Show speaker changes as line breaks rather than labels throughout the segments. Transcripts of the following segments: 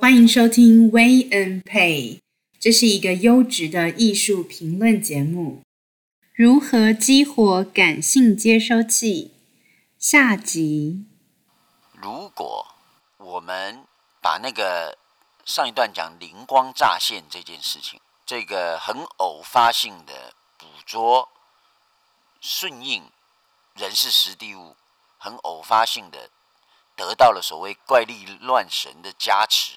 欢迎收听 Way and Pay，这是一个优质的艺术评论节目。如何激活感性接收器？下集。
如果我们把那个上一段讲灵光乍现这件事情，这个很偶发性的捕捉、顺应人事实地物，很偶发性的得到了所谓怪力乱神的加持，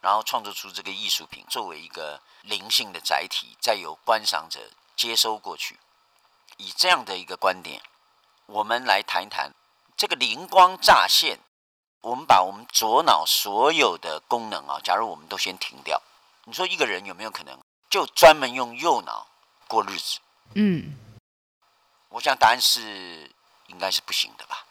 然后创作出这个艺术品，作为一个灵性的载体，再由观赏者接收过去。以这样的一个观点，我们来谈一谈这个灵光乍现。我们把我们左脑所有的功能啊，假如我们都先停掉，你说一个人有没有可能就专门用右脑过日子？
嗯，
我想答案是应该是不行的吧。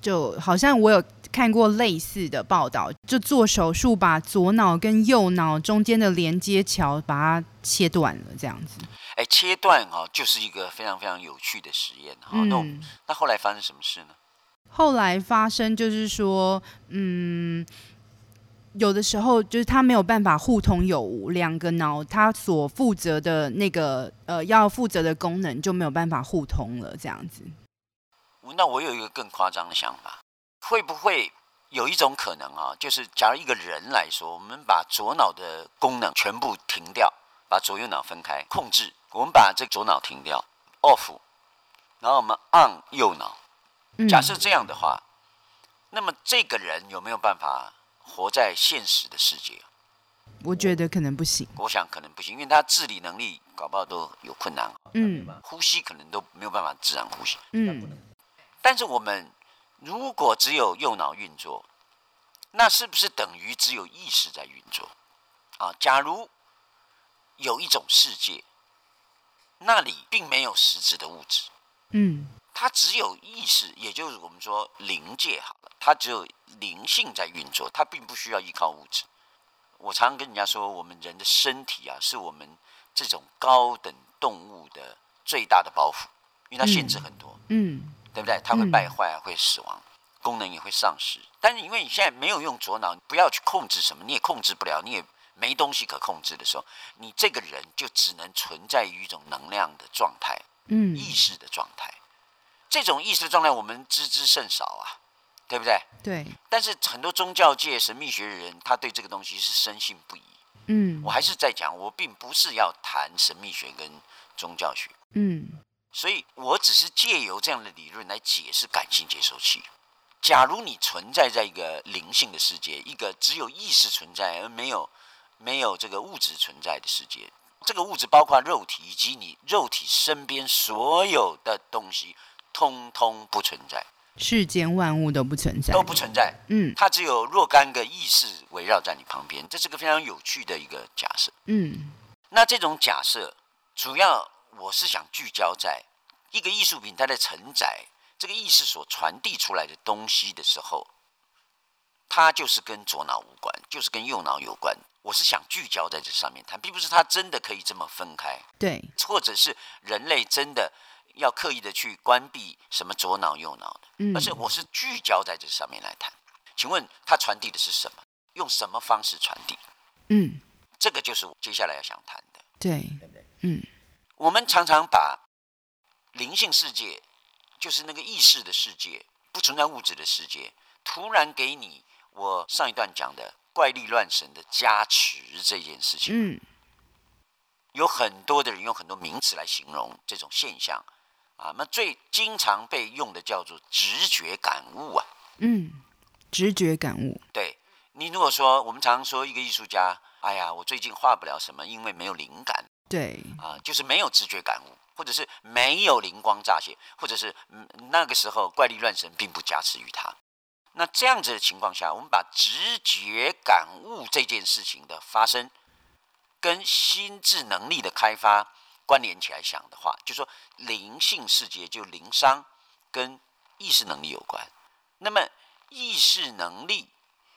就好像我有看过类似的报道，就做手术把左脑跟右脑中间的连接桥把它切断了，这样子。
哎，切断哈、哦，就是一个非常非常有趣的实验哈、那我
嗯，
那后来发生什么事呢？
后来发生就是说，嗯，有的时候就是他没有办法互通有无，两个脑他所负责的那个呃要负责的功能就没有办法互通了，这样子。
我那我有一个更夸张的想法，会不会有一种可能啊，就是假如一个人来说，我们把左脑的功能全部停掉，把左右脑分开控制，我们把这左脑停掉 off，然后我们 on 右脑。
嗯
假设这样的话，那么这个人有没有办法活在现实的世界？啊
我觉得可能不行。
我想可能不行，因为他自理能力搞不好都有困难，啊
嗯
呼吸可能都没有办法自然呼吸。
嗯，
但是我们如果只有右脑运作，那是不是等于只有意识在运作？啊，假如有一种世界，那里并没有实质的物质，
嗯
它只有意识，也就是我们说灵界好了，它只有灵性在运作，它并不需要依靠物质。我常跟人家说，我们人的身体啊，是我们这种高等动物的最大的包袱，因为它限制很多。
嗯
对不对？它会
嗯
败坏，会死亡，功能也会丧失。但是因为你现在没有用左脑，你不要去控制什么，你也控制不了，你也没东西可控制的时候，你这个人就只能存在于一种能量的状态、
嗯
意识的状态。这种意识的状态，我们知之甚少啊，对不对？
对，
但是很多宗教界、神秘学的人，他对这个东西是深信不疑。
嗯
我还是在讲，我并不是要谈神秘学跟宗教学，
嗯
所以我只是借由这样的理论来解释感性接收器。假如你存在在一个灵性的世界，一个只有意识存在而没有没有这个物质存在的世界，这个物质包括肉体以及你肉体身边所有的东西，通通不存在，
世间万物都不存在，
都不存在。
嗯
它只有若干个意识围绕在你旁边，这是个非常有趣的一个假设。
嗯
那这种假设，主要我是想聚焦在一个艺术品它在承载这个意识所传递出来的东西的时候，它就是跟左脑无关，就是跟右脑有关。我是想聚焦在这上面谈，并不是它真的可以这么分开，
对，
或者是人类真的要刻意的去关闭什么左脑右脑的，
嗯
而是我是聚焦在这上面来谈。请问它传递的是什么？用什么方式传递？
嗯
这个就是我接下来要想谈的。
对，嗯
我们常常把灵性世界，就是那个意识的世界，不存在物质的世界，突然给你我上一段讲的怪力乱神的加持这件事情，
嗯
有很多的人用很多名词来形容这种现象啊。那最经常被用的叫做直觉感悟啊。
嗯，直觉感悟，
对你如果说我们常说一个艺术家，哎呀，我最近画不了什么，因为没有灵感。
对，
啊，就是没有直觉感悟，或者是没有灵光乍现，或者是嗯那个时候怪力乱神并不加持于他。那这样子的情况下，我们把直觉感悟这件事情的发生跟心智能力的开发关联起来想的话，就说灵性世界就灵商跟意识能力有关。那么意识能力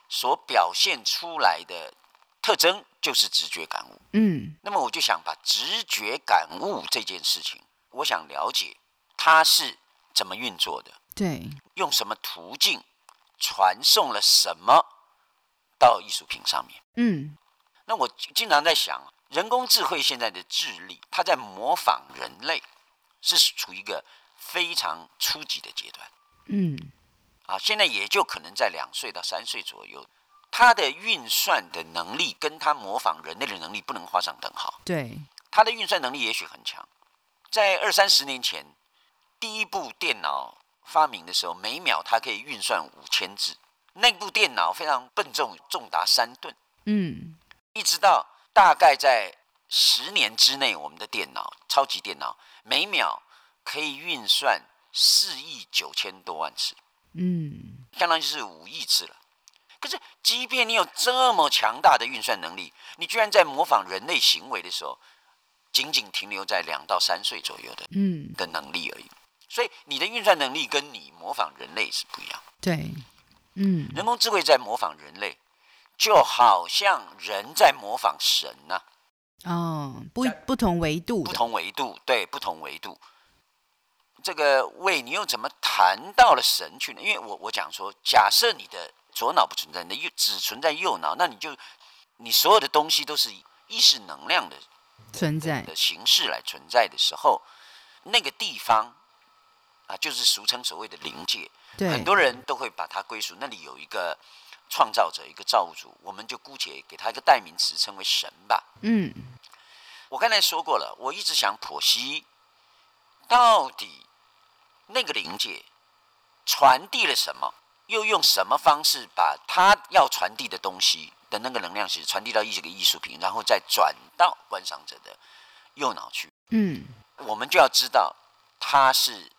所表现出来的特征就是直觉感悟。
嗯
那么我就想把直觉感悟这件事情，我想了解它是怎么运作的，
对，
用什么途径传送了什么到艺术品上面。
嗯
那我经常在想，人工智慧现在的智力，它在模仿人类，是处于一个非常初级的阶段
嗯
啊。现在也就可能在两岁到三岁左右，它的运算的能力跟它模仿人类的能力不能画上等号。
对，
它的运算能力也许很强，在二三十年前，第一部电脑发明的时候，每秒它可以运算五千字，那部电脑非常笨重，重达三吨。
嗯
一直到大概在十年之内，我们的电脑超级电脑每秒可以运算四亿九千多万次，
嗯
相当于是五亿次了。可是，即便你有这么强大的运算能力，你居然在模仿人类行为的时候，仅仅停留在两到三岁左右的
嗯，
的能力而已。所以，你的运算能力跟你模仿人类是不一样。
对，嗯
人工智慧在模仿人类，就好像人在模仿神啊呐、
哦，不不同维度
不
的，
同维度，对，不同维度。这个喂，你又怎么谈到了神去呢？因为我我讲说，假设你的左脑不存在，你的右只存在右脑，那你就你所有的东西都是以意识能量的
存在，
的形式来存在的时候，那个地方啊，就是俗称所谓的灵界，
对
很，多人都会把它归属那里有一个创造者，一个造物主，我们就姑且给他一个代名词，称为神吧。
嗯
我刚才说过了，我一直想剖析，到底那个灵界传递了什么，又用什么方式把它要传递的东西的那个能量是传递到一这个艺术品，然后再转到观赏者的右脑去。
嗯
我们就要知道它是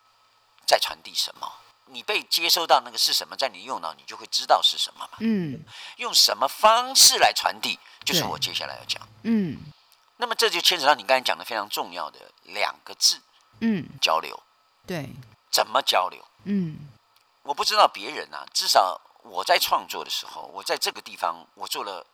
在传递什么。你被接收到那个是什么，在你右脑，你就会知道是什么嘛。
嗯
用什么方式来传递，就是
对
我接下来要讲。
嗯
那么这就牵扯到你刚才讲的非常重要的两个字
嗯，
——交流。
对，
怎么交流？
嗯
我不知道别人啊，至少我在创作的时候，我在这个地方我做了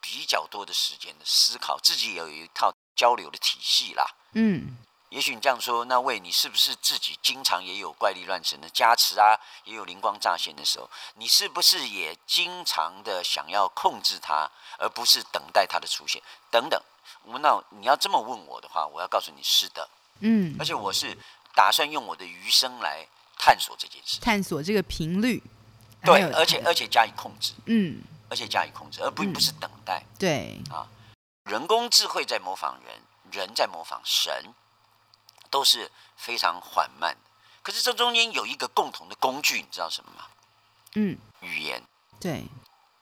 比较多的时间的思考，自己有一套交流的体系啦。
嗯
也许你这样说，那喂，你是不是自己经常也有怪力乱神的加持啊？也有灵光乍现的时候，你是不是也经常的想要控制它，而不是等待它的出现？等等，我那你要这么问我的话，我要告诉你是的，
嗯
而，且我是打算用我的余生来探索这件事。
探索这个频率，还
对
有，
而且而且加以控制，
嗯
而且加以控制，而不
嗯
不是等待。
对，
人工智慧在模仿人，人在模仿神，都是非常缓慢的。可是这中间有一个共同的工具，你知道什么吗？
嗯
语言。
对，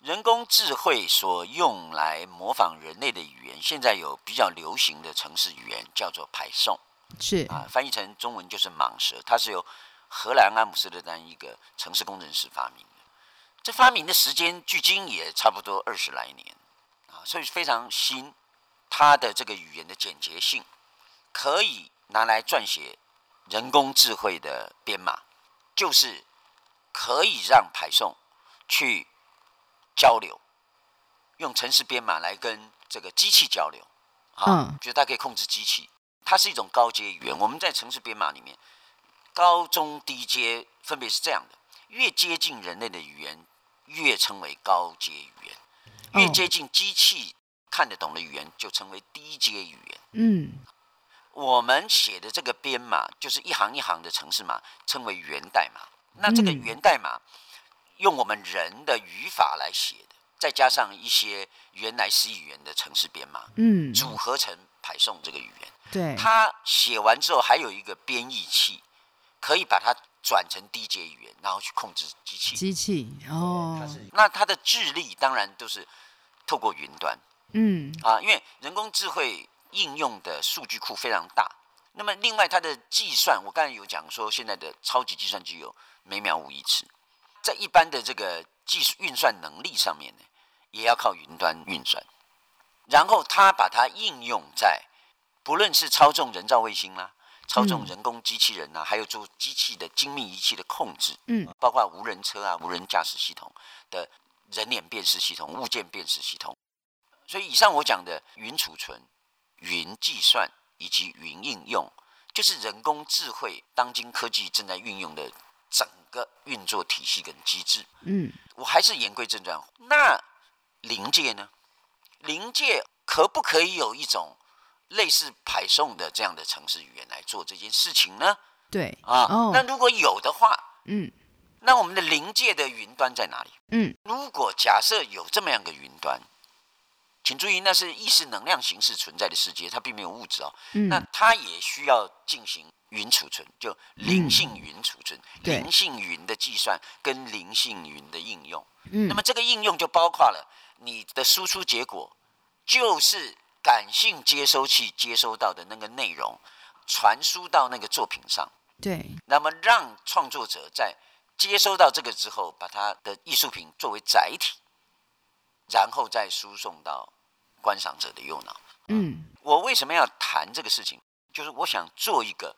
人工智慧所用来模仿人类的语言，现在有比较流行的城市语言叫做派送
是，
啊，翻译成中文就是蟒蛇，它是由荷兰阿姆斯特丹一个城市工程师发明的。这发明的时间距今也差不多二十来年啊，所以非常新。它的这个语言的简洁性，可以拿来撰写人工智慧的编码，就是可以让派送去交流，用程式编码来跟这个机器交流。啊，
嗯
就是它可以控制机器，它是一种高阶语言。我们在程式编码里面，高中低阶分别是这样的：越接近人类的语言，越称为高阶语言；越
哦
接近机器看得懂的语言，就称为低阶语言。
嗯
我们写的这个编码，就是一行一行的程式码，称为源代码。那这个
嗯
源代码，用我们人的语法来写的，再加上一些原来 C 语言的程式编码，
嗯，
组合成派送这个语言。
对，
它写完之后还有一个编译器，可以把它转成低阶语言，然后去控制机器。
机器哦，
那它的智力当然都是透过云端
嗯
啊，因为人工智慧应用的数据库非常大。那么另外它的计算，我刚才有讲说现在的超级计算机有每秒五亿次，在一般的这个技术运算能力上面呢，也要靠云端运算。然后它把它应用在不论是操纵人造卫星啦、操纵
嗯
人工机器人啊，还有做机器的精密仪器的控制，
嗯，
包括无人车啊、无人驾驶系统的人脸辨识系统、物件辨识系统。所以，以上我讲的云储存、云计算以及云应用，就是人工智慧当今科技正在运用的整个运作体系跟机制。
嗯
我还是言归正传，那灵界呢？灵界可不可以有一种类似派送的这样的城市语言来做这件事情呢？
对
啊，那
哦
如果有的话，
嗯
那我们的灵界的云端在哪里？
嗯
如果假设有这么样一个云端，请注意，那是意识能量形式存在的世界，它并没有物质哦。那
嗯
它也需要进行云储存，就灵性云储存、
对
灵性云的计算跟灵性云的应用。那
嗯
么这个应用就包括了你的输出结果，就是感性接收器接收到的那个内容，传输到那个作品上。
对
那么让创作者在接收到这个之后，把他的艺术品作为载体，然后再输送到观赏者的右脑。
嗯
我为什么要谈这个事情？就是我想做一个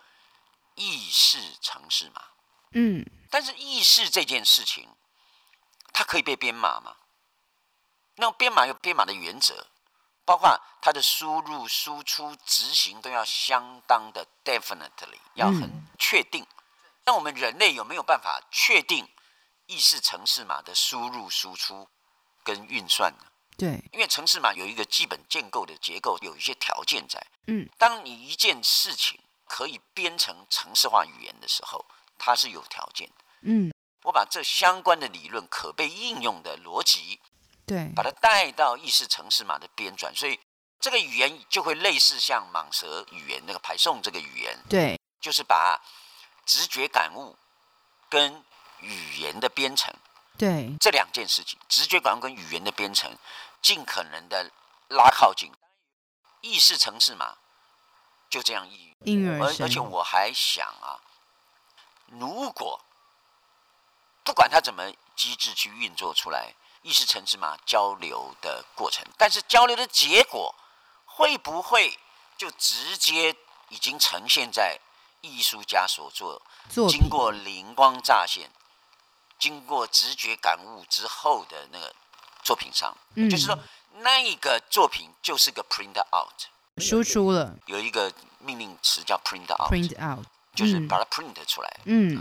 意识城市嘛。
嗯
但是意识这件事情，它可以被编码吗？那编码有编码的原则，包括它的输入、输出、执行都要相当的 definitely，要很确定。那我们人类有没有办法确定意识城市码的输入、输出跟运算呢？
对
因为城市码有一个基本建构的结构，有一些条件在。
嗯，
当你一件事情可以编成城市化语言的时候，它是有条件的。
嗯
我把这相关的理论可被应用的逻辑，
对
把它带到意识城市码的编转，所以这个语言就会类似像蟒蛇语言那个排送这个语言，
对
就是把直觉感悟跟语言的编程
对
这两件事情，直觉感悟跟语言的编程，尽可能的拉靠近意识城市码，就这样应用。
婴儿
而
声
而且我还想啊，如果不管它怎么机制去运作出来，意识层次嘛交流的过程，但是交流的结果会不会就直接已经呈现在艺术家所做，
作品
经过灵光乍现，经过直觉感悟之后的那个作品上，
嗯
就是说那一个作品就是个 print out。
输出了
有一个命令词叫 print out，
print out
就是
嗯
把它啊 print 出来，
嗯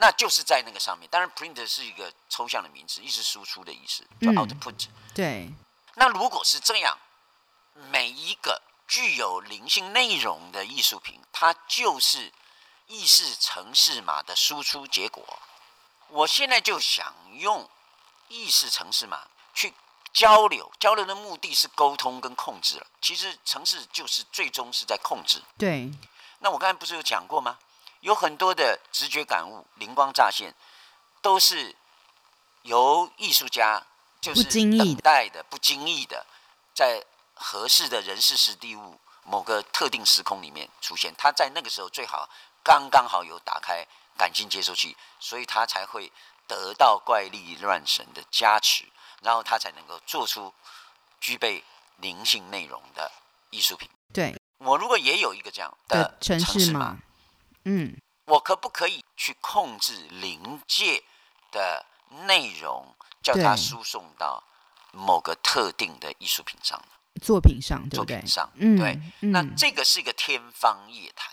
那就是在那个上面。当然，print 是一个抽象的名词，意思输出的意思，叫
嗯
output。
对
那如果是这样，每一个具有灵性内容的艺术品，它就是意识城市码的输出结果。我现在就想用意识城市码去交流，交流的目的是沟通跟控制了。其实城市就是最终是在控制。
对
那我刚才不是有讲过吗？有很多的直觉感悟、灵光乍现，都是由艺术家就是
不经意的
等待的、不经意的，在合适的人事时地物某个特定时空里面出现。他在那个时候最好刚刚好有打开感性接收器，所以他才会得到怪力乱神的加持，然后他才能够做出具备灵性内容的艺术品。
对
我如果也有一个这样
的城
城
市
码
嘛，，嗯
我可不可以去控制临界的内容，叫它
对
输送到某个特定的艺术品上、
作品上对
作
不对
品？上？
嗯
对，
嗯
那这个是一个天方夜谭，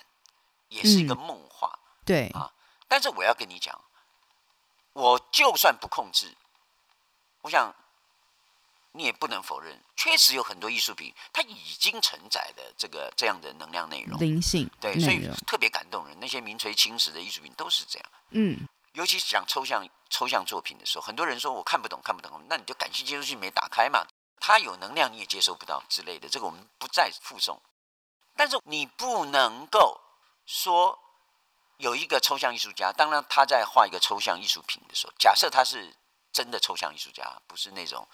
也是一个梦话。
对
啊但是我要跟你讲，我就算不控制，我想你也不能否认，确实有很多艺术品它已经承载的这个这样的能量内容。
灵性
对，所
内
以
容
特别感动人。那些名垂青史的艺术品都是这样，
嗯
尤其讲抽象抽象作品的时候，很多人说我看不懂，看不懂，那你就感性接收器没打开嘛，它有能量你也接收不到之类的，这个我们不再附送。但是你不能够说有一个抽象艺术家，当然他在画一个抽象艺术品的时候，假设他是真的抽象艺术家，不是那种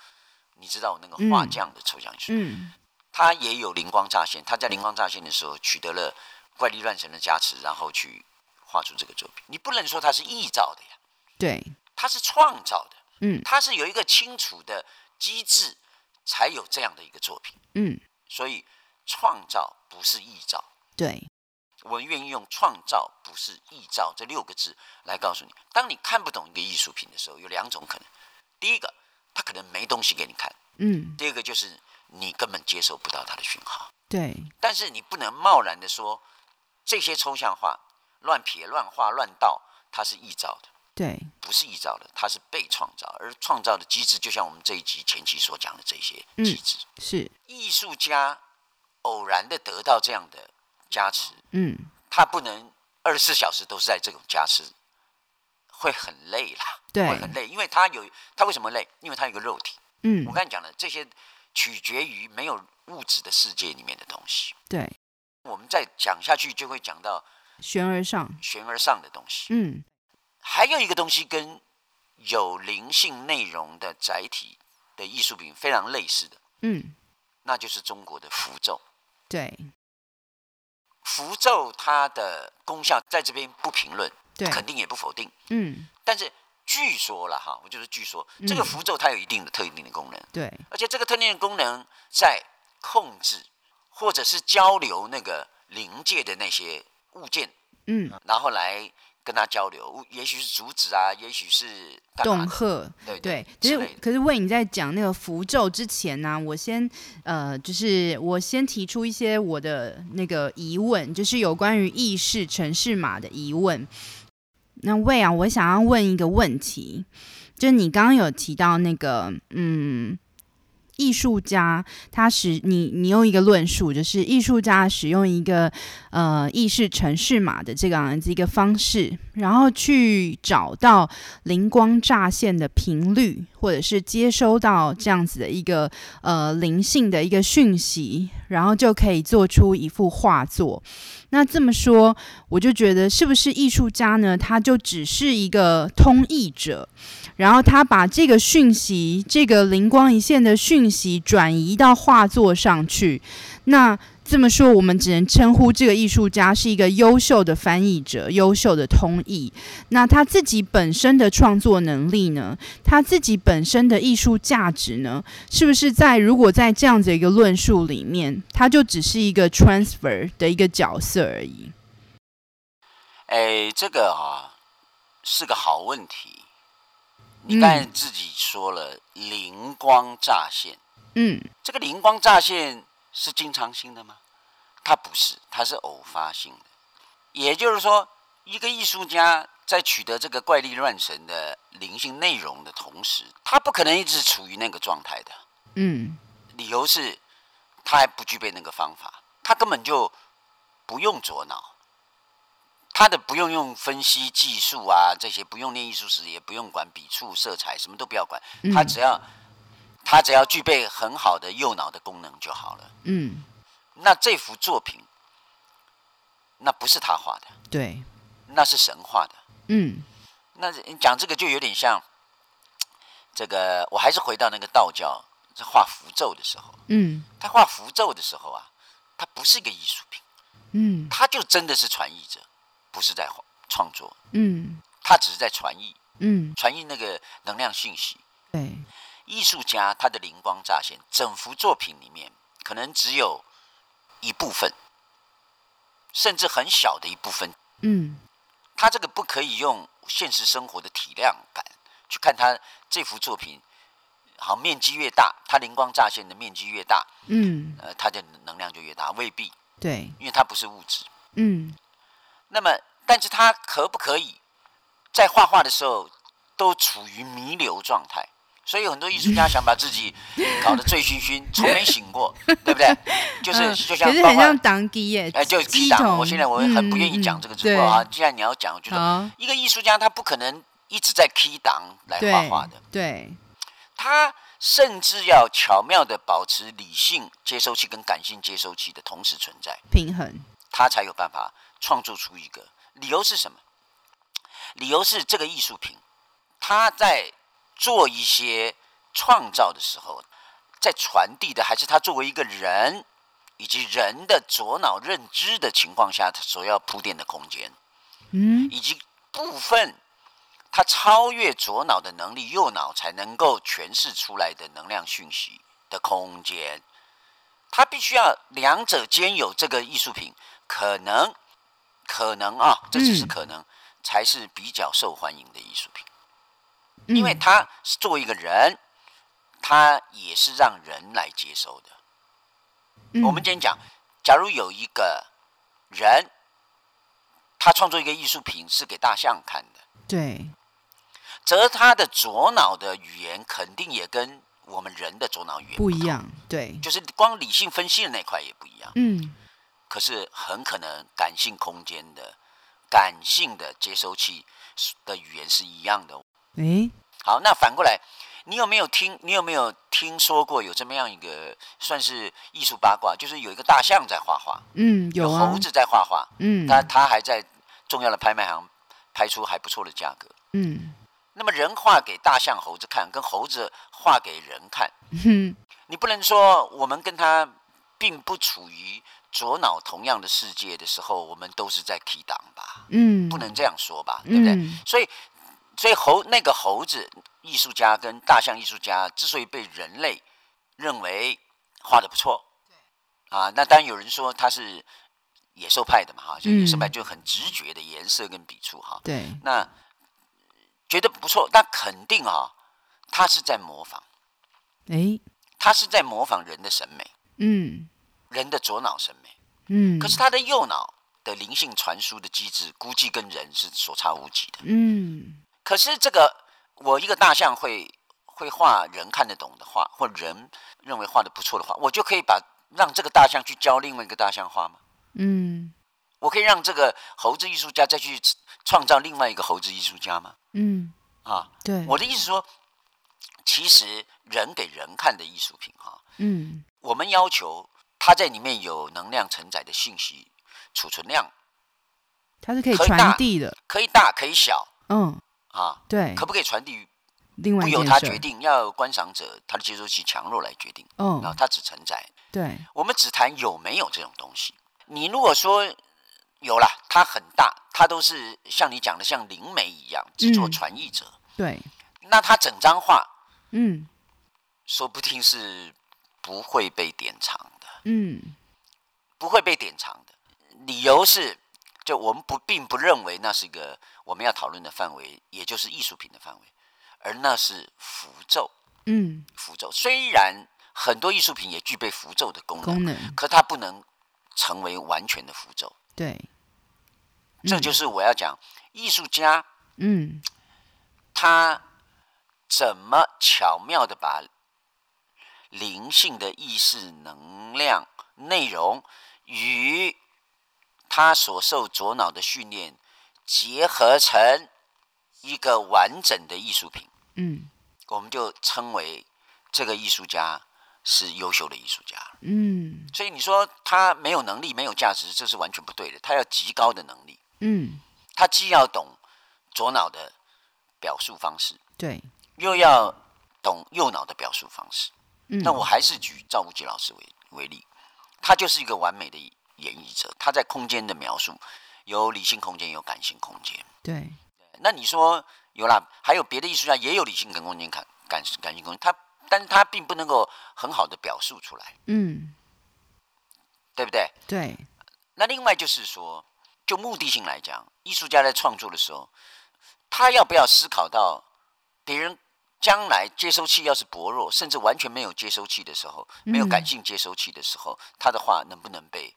你知道那个画
嗯
匠的抽象艺术家
嗯
他也有灵光乍现，他在灵光乍现的时候取得了怪力乱神的加持，然后去画出这个作品。你不能说他是臆造的呀，
对
他是创造的，
嗯
他是有一个清楚的机制才有这样的一个作品。
嗯
所以，创造不是臆造。
对
我愿意用“创造”不是“臆造”这六个字来告诉你：当你看不懂一个艺术品的时候，有两种可能。第一个，他可能没东西给你看；
嗯
第二个就是你根本接收不到他的讯号。
对
但是你不能贸然的说这些抽象化、乱撇、乱画、乱道，它是臆造的。
对，
不是臆造的，它是被创造，而创造的机制，就像我们这一集前期所讲的这些
嗯
机制，
是，
艺术家偶然的得到这样的加持，
嗯，
他不能二十四小时都是在这种加持，会很累啦，
对
会很累，因为他有他为什么累？因为他有个肉体。
嗯
我，刚才讲了，这些取决于没有物质的世界里面的东西。
对，
我们再讲下去，就会讲到
悬而上，
悬而上的东西。
嗯，
还有一个东西跟有灵性内容的载体的艺术品非常类似的，
嗯，
那就是中国的符咒。
对，
符咒它的功效在这边不评论，
对，
肯定也不否定。
嗯，
但是据说了哈，我就是据说，
嗯
这个符咒它有一定的特定的功能，
对，
而且这个特定的功能在控制或者是交流那个灵界的那些物件，
嗯，
然后来跟它交流，也许是竹子啊，也许是干嘛
恫
的
吓，
对
对，
之
可是
类的
可是为你在讲那个符咒之前呢、我先呃，就是我先提出一些我的那个疑问，就是有关于意识城市码的疑问。那魏啊，我想要问一个问题，就是你刚刚有提到那个嗯。艺术家他使你你用一个论述，就是艺术家使用一个呃意识城市码的这个样子一个方式，然后去找到灵光乍现的频率，或者是接收到这样子的一个呃灵性的一个讯息，然后就可以做出一幅画作。那这么说，我就觉得是不是艺术家呢？他就只是一个通译者，然后他把这个讯息，这个灵光一现的讯息转移到画作上去。那这么说，我们只能称呼这个艺术家是一个优秀的翻译者、优秀的通译。那他自己本身的创作能力呢？他自己本身的艺术价值呢？是不是在如果在这样子一个论述里面，他就只是一个 transfer 的一个角色而已？
哎，这个啊是个好问题。你
嗯
刚才自己说了“灵光乍现”，
嗯，
这个灵光乍现是经常性的吗？它不是，它是偶发性的。也就是说，一个艺术家在取得这个怪力乱神的灵性内容的同时，他不可能一直处于那个状态的。
嗯，
理由是，他还不具备那个方法，他根本就不用左脑，他的不用用分析技术啊，这些不用念艺术史，也不用管笔触、色彩，什么都不要管，
嗯
他只要他只要具备很好的右脑的功能就好了。
嗯，
那这幅作品，那不是他画的，
对，
那是神画的。
嗯，
那你讲这个就有点像，这个我还是回到那个道教在画符咒的时候。
嗯，
他画符咒的时候啊，他不是一个艺术品，
嗯，
他就真的是传译者，不是在画创作，
嗯，
他只是在传译，
嗯，
传译那个能量信息。
对，
艺术家他的灵光乍现，整幅作品里面可能只有一部分，甚至很小的一部分，
嗯，
他这个不可以用现实生活的体量感去看他这幅作品。好，面积越大，它灵光乍现的面积越大，
嗯，
呃，它的能量就越大，未必，
对，
因为它不是物质。
嗯，
那么，但是他可不可以在画画的时候都处于弥留状态？所以有很多艺术家想把自己搞得醉醺醺，从没醒 过，对不对？就是、
嗯
就像
可是
包
很
括
像党基耶，
哎，就
鸡
档。
同
我现在我很不愿意讲这个字
嗯嗯
过啊
嗯。
既然你要讲，我就
对，
说
好，
一个艺术家他不可能一直在 key 档来画画的，
对，
他甚至要巧妙的保持理性接收器跟感性接收器的同时存在。
对，平衡，
他才有办法创作出一个。理由是什么？理由是这个艺术品，他在做一些创造的时候，在传递的还是他作为一个人以及人的左脑认知的情况下，他所要铺垫的空间，
嗯，
以及部分他超越左脑的能力，右脑才能够诠释出来的能量讯息的空间。他必须要两者兼有这个艺术品，可能，可能啊，这只是
嗯
可能，才是比较受欢迎的艺术品，
嗯
因为他是作为一个人，他也是让人来接受的。
嗯
我们今天讲，假如有一个人，他创作一个艺术品是给大象看的，
对，
则他的左脑的语言肯定也跟我们人的左脑语言
不一
同，
样，对，
就是光理性分析的那块也不一样。
嗯，
可是很可能感性空间的感性的接收器的语言是一样的。
诶，
好，那反过来，你有没有听？你有没有听说过有这么样一个算是艺术八卦？就是有一个大象在画画，
嗯，
有
啊
猴，子在画画，
嗯，
它它还在重要的拍卖行拍出还不错的价格。
嗯，
那么人画给大象、猴子看，跟猴子画给人看，
哼，
你不能说我们跟他并不处于左脑同样的世界的时候，我们都是在 key 档吧？
嗯，
不能这样说吧，对不对？
嗯
所以，所以猴那个猴子艺术家跟大象艺术家之所以被人类认为画的不错，啊，那当然有人说他是野兽派的嘛，哈，就野兽派
嗯
就很直觉的颜色跟笔触哈，
对，
那觉得不错，那肯定啊，他是在模仿，
诶，
他是在模仿人的审美，
嗯，
人的左脑审美。
嗯，
可是，他的右脑的灵性传输的机制，估计跟人是所差无几的。
嗯，
可是这个，我一个大象会会画人看得懂的画，或人认为画的不错的画，我就可以把让这个大象去教另外一个大象画吗？
嗯，
我可以让这个猴子艺术家再去创造另外一个猴子艺术家吗？
嗯，
啊，
对，
我的意思说，其实人给人看的艺术品哈、
嗯，
我们要求它在里面有能量承载的信息储存量，
它是可以
可以大
传递的，
可以大可以小
嗯，
啊，
对
可，不可以传递
另外
不
一
由
件
他
事
决
儿，
定，要由观赏者他的接收器强弱来决定。然后
嗯，
它只承载，
对，
我们只谈有没有这种东西。你如果说有啦，它很大，它都是像你讲的像灵媒一样，只做
嗯
传译者，
对，
那它整张画
嗯，
说不定是不会被典藏的，
嗯，
不会被典藏的。理由是，就我们不并不认为那是一个我们要讨论的范围，也就是艺术品的范围，而那是符咒。
嗯，
符咒虽然很多艺术品也具备符咒的功能，
功能，
可它不能成为完全的符咒。
对，
这就是我要讲，艺术家
嗯，
他怎么巧妙的把灵性的意识能量内容与他所受左脑的训练结合成一个完整的艺术品，
嗯，
我们就称为这个艺术家是优秀的艺术家。
嗯，
所以你说他没有能力、没有价值，这是完全不对的。他要极高的能力，
嗯，
他既要懂左脑的表述方式，
对，
又要懂右脑的表述方式。
嗯，
那我还是举赵无极老师为为例，他就是一个完美的演绎者。他在空间的描述有理性空间，有感性空间。
对，
那你说有啦，还有别的艺术家也有理性跟空间感感感性空间，他但是他并不能够很好的表述出来，
嗯，
对不对？
对，
那另外就是说，就目的性来讲，艺术家在创作的时候，他要不要思考到别人将来接收器要是薄弱，甚至完全没有接收器的时候，没有感性接收器的时候，他的话能不能被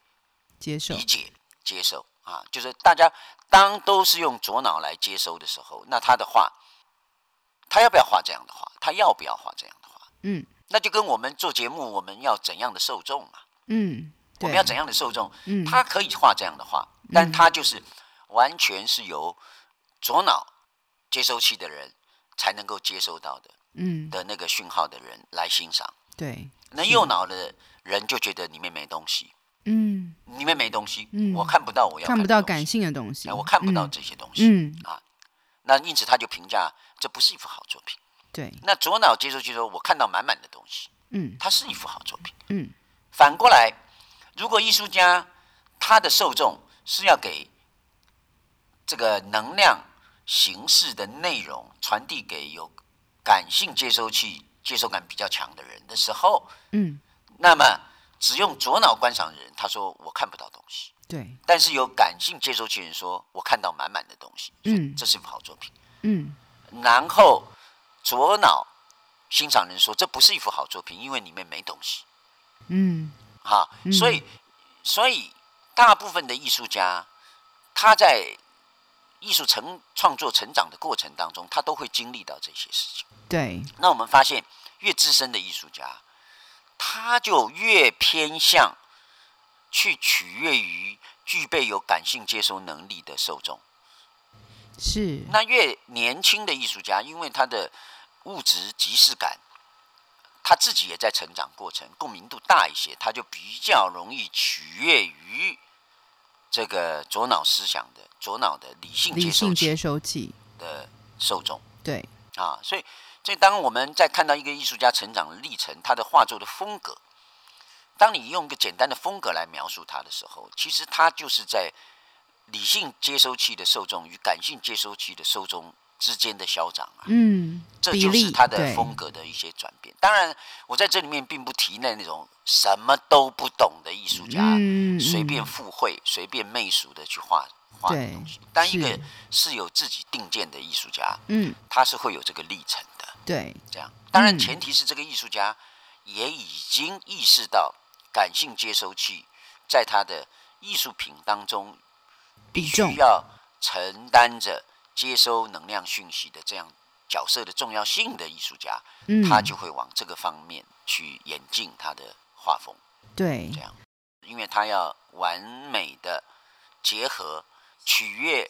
接受
理，解、接受啊？就是大家当都是用左脑来接收的时候，那他的话，他要不要画这样的话？他要不要画这样的话？
嗯，
那就跟我们做节目，我们要怎样的受众嘛？
嗯，
我
对，
们要怎样的受众？
嗯，
他可以画这样的画，但他就是完全是由左脑接收器的人才能够接收到的
嗯，
的那个讯号的人来欣赏，
对，
那右脑的人就觉得里面没东西，
嗯，
里面没东西，
嗯
我看不到我要
看不到
的东
感
西
性的东西，
哎我看不到
嗯，
这些东西，啊
嗯，
那因此他就评价这不是一幅好作品。
对，
那左脑接收器说，我看到满满的东西，
嗯，
它是一幅好作品。
嗯，
反过来，如果艺术家他的受众是要给这个能量形式的内容传递给有感性接收器、接收感比较强的人的时候，
嗯，
那么只用左脑观赏的人，他说我看不到东西；
对，
但是有感性接收器人说，我看到满满的东西，所以
嗯
这是一幅好作品。
嗯，
然后左脑欣赏人说，这不是一幅好作品，因为里面没东西。
嗯，
哈，所以所以大部分的艺术家，他在艺术成创作成长的过程当中，他都会经历到这些事情。
对，
那我们发现，越资深的艺术家，他就越偏向去取悦于具备有感性接收能力的受众。
是，
那越年轻的艺术家，因为他的物质即视感，他自己也在成长过程，共鸣度大一些，他就比较容易取悦于这个左脑思想的左脑的理性
理
接受
性接
器
收器，
的受众
对，
啊。所以，所以当我们在看到一个艺术家成长的历程，他的画作的风格，当你用一个简单的风格来描述他的时候，其实他就是在理性接收器的受众与感性接收器的受众之间的消长啊。
嗯，
这
比
就是
例
他的
对
风格的一些转变。当然，我在这里面并不提那那种什么都不懂的艺术家，
嗯，
啊随
嗯
便附会、随便媚俗的去画画的
对
东西。但一个
是
是有自己定见的艺术家，
嗯，
他是会有这个历程的。
对，
这样，当然
嗯
前提是这个艺术家也已经意识到感性接收器在他的艺术品当中必
比重
须要承担着接收能量讯息的这样角色的重要性的艺术家，
嗯，
他就会往这个方面去演进他的画风，
对
这，样，因为他要完美的结合取悦。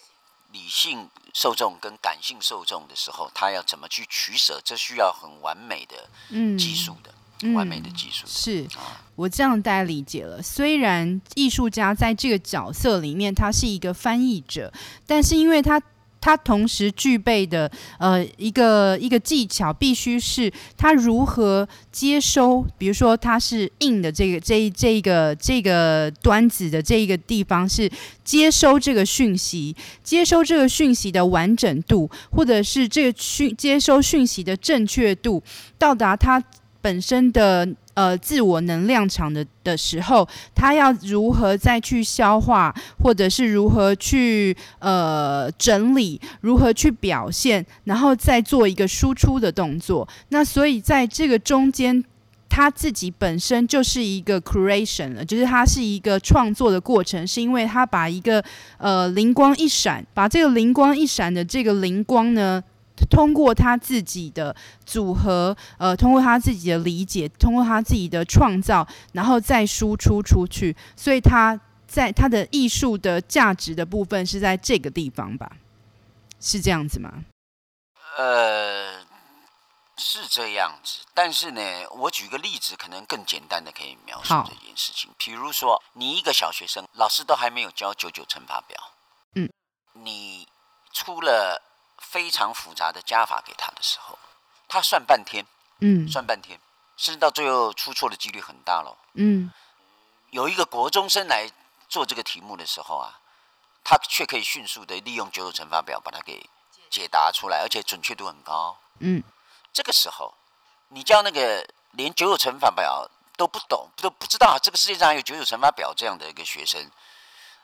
理性受众跟感性受众的时候，他要怎么去取舍？这需要很完美的
嗯，
技术的，
嗯
完美的技术的
是
啊，
我这样大家理解了。虽然艺术家在这个角色里面他是一个翻译者，但是因为他他同时具备的呃一个一个技巧，必须是他如何接收，比如说他是硬的这个这一这一个这个端子的这一个地方是接收这个讯息，接收这个讯息的完整度，或者是这个讯接收讯息的正确度，到达他本身的呃自我能量场的的时候，他要如何再去消化，或者是如何去呃整理，如何去表现，然后再做一个输出的动作。那所以在这个中间。他自己本身就是一个 creation 了，就是它是一个创作的过程，是因为他把一个呃灵光一闪，把这个灵光一闪的这个灵光呢，通过他自己的组合，呃，通过他自己的理解，通过他自己的创造，然后再输出出去，所以他在他的艺术的价值的部分是在这个地方吧？是这样子吗？
呃，是这样子。但是呢，我举个例子，可能更简单的可以描述
好
这件事情。比如说，你一个小学生，老师都还没有教九九乘法表，
嗯，
你出了非常复杂的加法给他的时候，他算半天，
嗯
算半天，甚至到最后出错的几率很大咯。
嗯，
有一个国中生来做这个题目的时候啊，他却可以迅速的利用九九乘法表把它给解答出来，而且准确度很高。
嗯，
这个时候，你叫那个连九九乘法表都不懂、都不知道这个世界上还有九九乘法表这样的一个学生，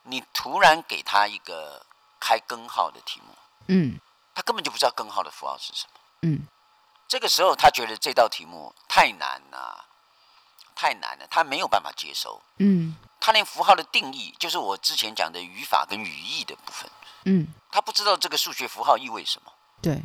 你突然给他一个开根号的题目，
嗯
他根本就不知道根号的符号是什么。
嗯
这个时候，他觉得这道题目太难了，太难了，他没有办法接受。
嗯
他连符号的定义，就是我之前讲的语法跟语义的部分，
嗯，
他不知道这个数学符号意味什么，
对，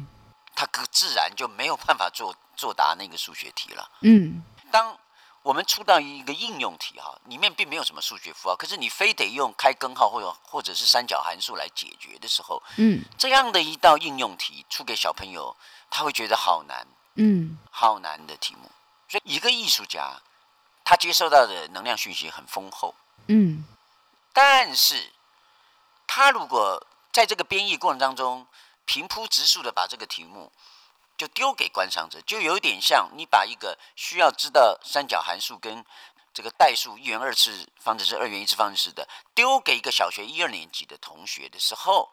他可自然就没有办法做作答那个数学题了。
嗯
当我们出到一个应用题哈，里面并没有什么数学符号，可是你非得用开根号或者或者是三角函数来解决的时候，
嗯
这样的一道应用题出给小朋友，他会觉得好难
嗯
好难的题目。所以一个艺术家，他接受到的能量讯息很丰厚，
嗯
但是，他如果在这个编译过程当中平铺直述的把这个题目就丢给观赏者，就有点像你把一个需要知道三角函数跟这个代数一元二次方程式、二元一次方程式的丢给一个小学一二年级的同学的时候，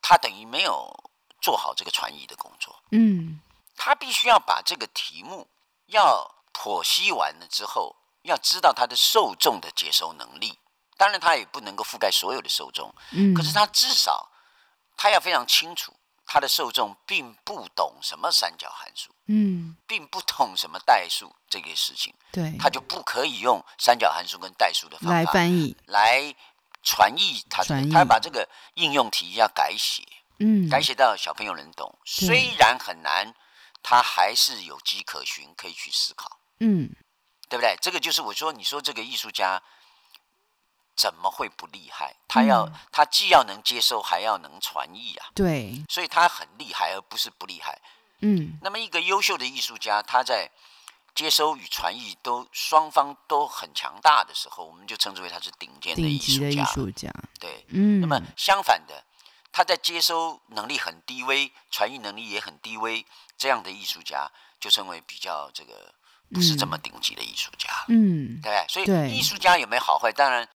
他等于没有做好这个传译的工作。
嗯
他必须要把这个题目要剖析完了之后，要知道他的受众的接收能力。当然，他也不能够覆盖所有的受众，
嗯，
可是他至少他要非常清楚，他的受众并不懂什么三角函数，
嗯
并不懂什么代数这个事情，
对，
他就不可以用三角函数跟代数的方
来
法
翻译，
来传译他这
传
个，
译
他把这个应用题要改写，
嗯，
改写到小朋友能懂，
对
虽然很难，他还是有迹可循，可以去思考，
嗯
对不对？这个就是我说，你说这个艺术家怎么会不厉害？他要、
嗯
他既要能接收，还要能传译啊，
对，
所以他很厉害，而不是不厉害。
嗯
那么，一个优秀的艺术家，他在接收与传译都双方都很强大的时候，我们就称之为他是顶尖的
顶
艺
级
术
的艺
家。
术家，
对，
嗯，
那么相反的，他在接收能力很低微，传译能力也很低微，这样的艺术家就称为比较这个不是这么顶级的艺术家，
嗯
对不对？所
对
以艺术家有没有好坏？当然，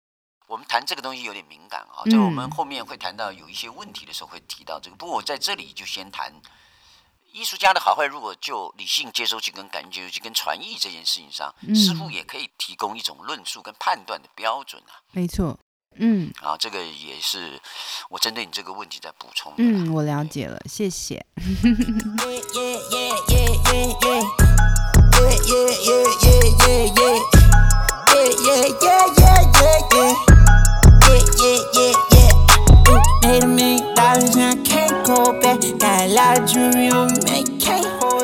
我们谈这个东西有点敏感啊、
嗯
这个我们后面会谈到有一些问题的时候会提到这个。不过我在这里就先谈。艺术家的好坏，如果就理性接收器跟感性接收器跟传译这件事情上，
嗯
似乎也可以提供一种论述跟判断的标准啊。
没错，嗯
啊，这个也是我针对你这个问题在补充的啦。
嗯，我了解了，谢谢。
Yeah, yeah, yeah, yeah, yeah, yeah. Yeah, yeah, yeah, yeah, yeah, yeah. Yeah, yeah, yeah, yeah, yeah, yeah. Yeah, yeah, yeah, yeah. Ooh, Made a million dollars and I can't go back. Got a lot of jewelry on me, can't hold